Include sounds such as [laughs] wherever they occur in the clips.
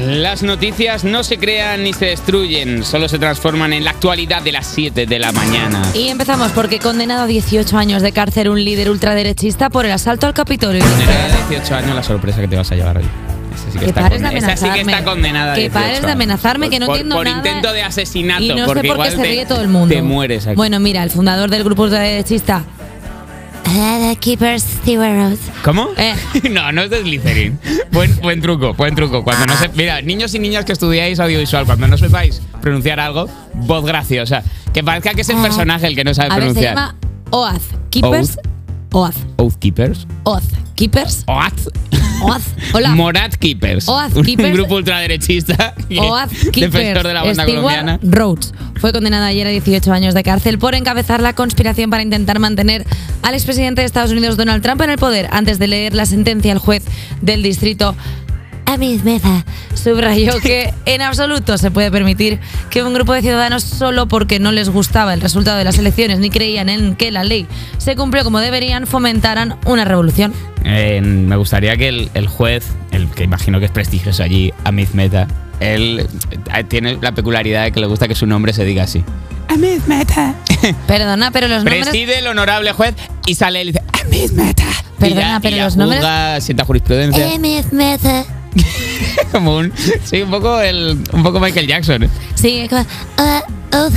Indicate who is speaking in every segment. Speaker 1: Las noticias no se crean ni se destruyen, solo se transforman en la actualidad de las 7 de la mañana.
Speaker 2: Y empezamos porque condenado a 18 años de cárcel un líder ultraderechista por el asalto al Capitolio.
Speaker 1: Era 18 años la sorpresa que te vas a llevar hoy. Esa sí que,
Speaker 2: Que
Speaker 1: está,
Speaker 2: pares de
Speaker 1: condenada. Esa sí que
Speaker 2: amenazarme.
Speaker 1: está condenada. a
Speaker 2: Que
Speaker 1: 18
Speaker 2: pares de
Speaker 1: años.
Speaker 2: amenazarme, que no
Speaker 1: por,
Speaker 2: entiendo
Speaker 1: por
Speaker 2: nada.
Speaker 1: intento de asesinato.
Speaker 2: Y no sé por
Speaker 1: porque
Speaker 2: qué
Speaker 1: igual
Speaker 2: se
Speaker 1: te-
Speaker 2: ríe todo el mundo.
Speaker 1: Te mueres aquí.
Speaker 2: Bueno, mira, el fundador del grupo ultraderechista. The Keepers Rose.
Speaker 1: ¿Cómo?
Speaker 2: Eh.
Speaker 1: [laughs] No, no es de Slytherin. Buen, buen truco, buen truco. Cuando no se- mira, niños y niñas que estudiáis audiovisual, cuando no sepáis pronunciar algo, voz graciosa. Que parezca que es el
Speaker 2: Ah.
Speaker 1: personaje el que no sabe
Speaker 2: A ver, se
Speaker 1: pronunciar.
Speaker 2: llama Oath Keepers. Oath.
Speaker 1: Oath Keepers.
Speaker 2: Oath Keepers.
Speaker 1: Oath.
Speaker 2: Oath. Hola.
Speaker 1: Morad Keepers.
Speaker 2: Oath
Speaker 1: un,
Speaker 2: Keepers.
Speaker 1: grupo ultraderechista. que-
Speaker 2: Oath
Speaker 1: [laughs]
Speaker 2: Keepers,
Speaker 1: Defensor de la banda
Speaker 2: Stewart
Speaker 1: colombiana.
Speaker 2: Rhodes fue condenado ayer a 18 años de cárcel por encabezar la conspiración para intentar mantener al expresidente de Estados Unidos Donald Trump en el poder. Antes de leer la sentencia, el juez del distrito Amit Meza subrayó que en absoluto se puede permitir que un grupo de ciudadanos solo porque no les gustaba el resultado de las elecciones ni creían en que la ley se cumplió como deberían fomentaran una revolución.
Speaker 1: Eh, me gustaría que el, el juez, el que imagino que es prestigioso allí, Amit Meta, él eh, tiene la peculiaridad de que le gusta que su nombre se diga así.
Speaker 2: Perdona, pero los nombres
Speaker 1: Preside el honorable juez y sale él y dice, Amit Meta. Y
Speaker 2: Perdona,
Speaker 1: ya- y
Speaker 2: pero
Speaker 1: ya
Speaker 2: los nombres-
Speaker 1: juzga, sienta jurisprudencia. [laughs] Como un, sí, un poco, el, un poco Michael
Speaker 2: Eh.
Speaker 1: Jackson.
Speaker 2: sí, como-
Speaker 1: [laughs]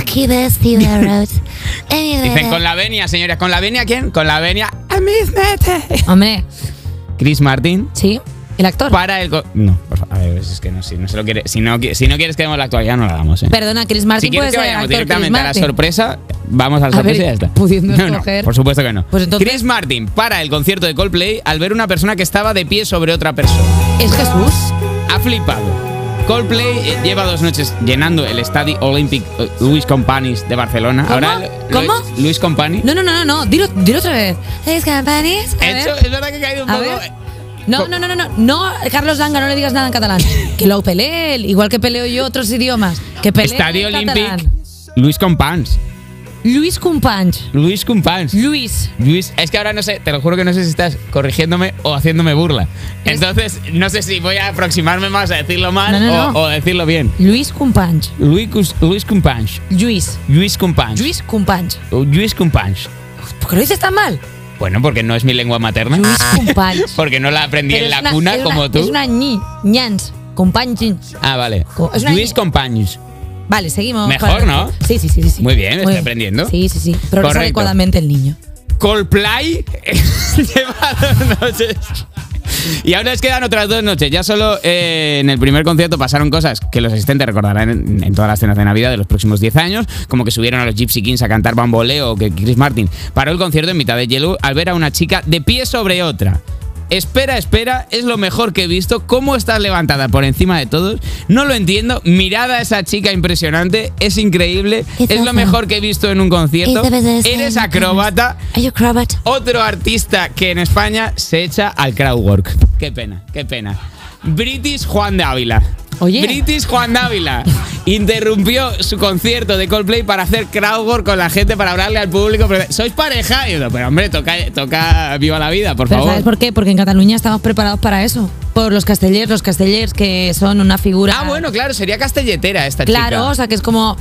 Speaker 1: Dicen, con la venia, señores, ¿con la venia quién? Con la venia, Amit Meta.
Speaker 2: hombre,
Speaker 1: Chris Martin.
Speaker 2: sí, el actor.
Speaker 1: para el. go- No, por favor, a ver, es que no, si no, se lo quiere, si no, qui- si no quieres que demos la actualidad, no la damos, ¿eh?
Speaker 2: Perdona, Chris Martin
Speaker 1: si quieres
Speaker 2: puede
Speaker 1: que
Speaker 2: ser el
Speaker 1: vayamos
Speaker 2: actor Chris
Speaker 1: directamente a la
Speaker 2: Martin.
Speaker 1: sorpresa, vamos a la
Speaker 2: A ver,
Speaker 1: sorpresa y ya está.
Speaker 2: pudiendo
Speaker 1: no, no,
Speaker 2: escoger.
Speaker 1: por supuesto que no.
Speaker 2: Pues entonces-
Speaker 1: Chris Martin para el concierto de Coldplay al ver una persona que estaba de pie sobre otra persona.
Speaker 2: Es Jesús.
Speaker 1: Ha flipado. Coldplay eh, lleva dos noches llenando el Estadio Olympic eh, Luis Companys de Barcelona.
Speaker 2: ¿Cómo?
Speaker 1: Ahora, lo-
Speaker 2: ¿Cómo?
Speaker 1: Luis Company.
Speaker 2: No, no, no, no, no. Dilo, dilo otra vez. Es Campanis. A
Speaker 1: He hecho-
Speaker 2: ver.
Speaker 1: es verdad que he caído un
Speaker 2: A
Speaker 1: poco. eh,
Speaker 2: ver. No, no, no, no, no, no, Carlos Langa, no le digas nada en catalán. Que lo pelee él, igual que peleo yo otros idiomas. Que pelee
Speaker 1: Estadio
Speaker 2: en
Speaker 1: Olympic
Speaker 2: catalán.
Speaker 1: Luis Companys.
Speaker 2: Luis Cumpanch.
Speaker 1: Luis Companys.
Speaker 2: Luis.
Speaker 1: Luis, es que ahora no sé, te lo juro que no sé si estás corrigiéndome o haciéndome burla.
Speaker 2: Es-
Speaker 1: Entonces, no sé si voy a aproximarme más a decirlo mal
Speaker 2: No, no,
Speaker 1: o,
Speaker 2: no.
Speaker 1: o decirlo bien.
Speaker 2: Luis Cumpanch.
Speaker 1: Luis, Cus- Luis Companys.
Speaker 2: Luis.
Speaker 1: Luis Companys.
Speaker 2: Luis Cumpanch.
Speaker 1: O Luis Companys.
Speaker 2: ¿Por qué lo dices tan
Speaker 1: [laughs]
Speaker 2: mal?
Speaker 1: Bueno, porque no es mi lengua materna.
Speaker 2: Luis Companys.
Speaker 1: porque no la aprendí
Speaker 2: Pero
Speaker 1: en
Speaker 2: es
Speaker 1: la
Speaker 2: una-
Speaker 1: cuna
Speaker 2: es una-
Speaker 1: como tú.
Speaker 2: Es una ñi, ñans, Cumpanchins.
Speaker 1: Ah, vale.
Speaker 2: Co- es una
Speaker 1: Luis
Speaker 2: ñi-
Speaker 1: Companys.
Speaker 2: Vale, seguimos.
Speaker 1: Mejor,
Speaker 2: Para-
Speaker 1: ¿no?
Speaker 2: Sí, sí, sí, sí, sí.
Speaker 1: Muy bien, estoy aprendiendo.
Speaker 2: Sí, sí, sí. Progresa
Speaker 1: Correcto.
Speaker 2: adecuadamente el niño.
Speaker 1: Coldplay [laughs] lleva dos noches. Y ahora les quedan otras dos noches. Ya solo eh, en el primer concierto pasaron cosas que los asistentes recordarán en, en todas las cenas de Navidad de los próximos 10 años, como que subieron a los Gypsy Kings a cantar bamboleo, que Chris Martin paró el concierto en mitad de Yellow al ver a una chica de pie sobre otra. Espera, espera, es lo mejor que he visto. ¿Cómo estás levantada por encima de todos? No lo entiendo. Mirada a esa chica impresionante, es increíble.
Speaker 2: It's
Speaker 1: Es lo
Speaker 2: awesome.
Speaker 1: mejor que he visto en un concierto. Eres acróbata.
Speaker 2: Are you acrobat?
Speaker 1: Otro artista que en España se echa al crowdwork. Qué pena, qué pena. British Juan de Ávila.
Speaker 2: Oye.
Speaker 1: British Juan de Ávila interrumpió su concierto de Coldplay para hacer crowdwork con la gente, para hablarle al público. pero, ¿Sois pareja? Y yo, pero hombre, toca, toca viva la vida, por
Speaker 2: Pero
Speaker 1: favor.
Speaker 2: ¿sabes por qué? Porque en Cataluña estamos preparados para eso. Por los castellers, los castellers que son una figura.
Speaker 1: Ah, bueno, claro, sería castelletera esta chica.
Speaker 2: Claro, o sea, que es como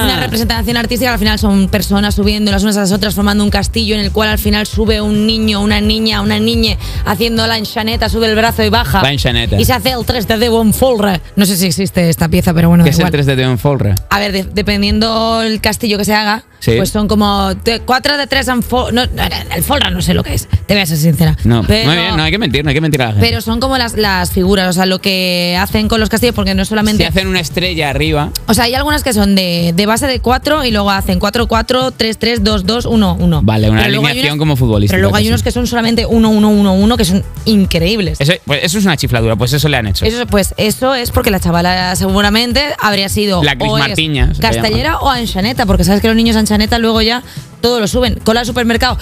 Speaker 1: Ah.
Speaker 2: una representación artística. Al final son personas subiendo las unas a las otras, formando un castillo en el cual al final sube un niño, una niña, una niña, haciendo la enchaneta, sube el brazo y baja.
Speaker 1: La enxaneta.
Speaker 2: Y se hace el 3D de Bonfolre. No sé si existe esta pieza, pero bueno,
Speaker 1: que
Speaker 2: da
Speaker 1: es el
Speaker 2: igual.
Speaker 1: 3 de Teon Folra.
Speaker 2: A ver, de- dependiendo el castillo que se haga,
Speaker 1: Sí.
Speaker 2: pues son como 4 de 3 en fo- no, no, no, el Folra no sé lo que es, te voy a ser sincera.
Speaker 1: No,
Speaker 2: Pero-
Speaker 1: muy bien, no hay que mentir, no hay que mentir a la gente.
Speaker 2: Pero son como las, las figuras, o sea, lo que hacen con los castillos, porque no es solamente...
Speaker 1: si hacen una estrella arriba.
Speaker 2: O sea, hay algunas que son de, de base de 4 y luego hacen 4, 4, 3, 3, 2, 2, 1, 1.
Speaker 1: Vale, una
Speaker 2: Pero luego hay
Speaker 1: alineación como futbolista,
Speaker 2: Pero luego hay
Speaker 1: casi.
Speaker 2: unos que son solamente 1, 1, 1, 1, que son increíbles.
Speaker 1: Eso, pues eso es una chifladura, pues eso le han hecho.
Speaker 2: Eso, pues eso es porque la chavala seguramente habría sido
Speaker 1: La Cris
Speaker 2: o es
Speaker 1: Martiña, se
Speaker 2: Castellera o Anchaneta, porque sabes que los niños Anchaneta luego ya todo lo suben. Cola al supermercado.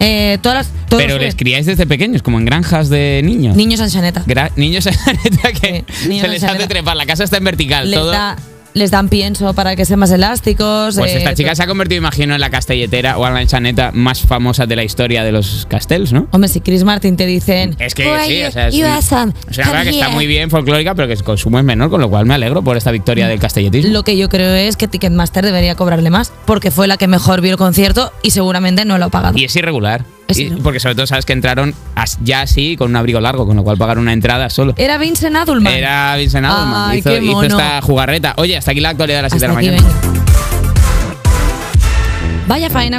Speaker 2: Eh, todas las, todo
Speaker 1: pero
Speaker 2: lo
Speaker 1: les
Speaker 2: suben.
Speaker 1: criáis desde pequeños, como en granjas de niños.
Speaker 2: Niños Anchaneta.
Speaker 1: [laughs] Gra- niños en la neta que
Speaker 2: Sí, niños
Speaker 1: se
Speaker 2: en
Speaker 1: les
Speaker 2: la
Speaker 1: hace
Speaker 2: neta.
Speaker 1: trepar, la casa está en vertical,
Speaker 2: Les
Speaker 1: todo
Speaker 2: da les dan pienso para que sean más elásticos.
Speaker 1: Pues
Speaker 2: eh,
Speaker 1: esta chica se ha convertido, imagino, en la castelletera o en la chaneta más famosa de la historia de los castells, ¿no?
Speaker 2: Hombre, si Chris Martin te dicen.
Speaker 1: Es que
Speaker 2: "Who are
Speaker 1: sí,
Speaker 2: you?
Speaker 1: o sea, es,
Speaker 2: You are Sam.
Speaker 1: o sea, la verdad que
Speaker 2: Come
Speaker 1: está
Speaker 2: here".
Speaker 1: muy bien folclórica, pero que el consumo es menor, con lo cual me alegro por esta victoria del castelletismo.
Speaker 2: Lo que yo creo es que Ticketmaster debería cobrarle más, porque fue la que mejor vio el concierto y seguramente no lo ha pagado.
Speaker 1: Y es irregular.
Speaker 2: Es
Speaker 1: Y-
Speaker 2: irregular.
Speaker 1: porque sobre todo sabes que entraron as- ya así con un abrigo largo, con lo cual pagaron una entrada solo.
Speaker 2: Era Vincent Adulman.
Speaker 1: Era Vincent Adelman.
Speaker 2: Ay,
Speaker 1: hizo,
Speaker 2: qué
Speaker 1: hizo
Speaker 2: mono.
Speaker 1: esta jugarreta. Oye, hasta aquí la actualidad de las 7 de
Speaker 2: Hasta
Speaker 1: la
Speaker 2: aquí,
Speaker 1: mañana.
Speaker 2: venga. Vaya faena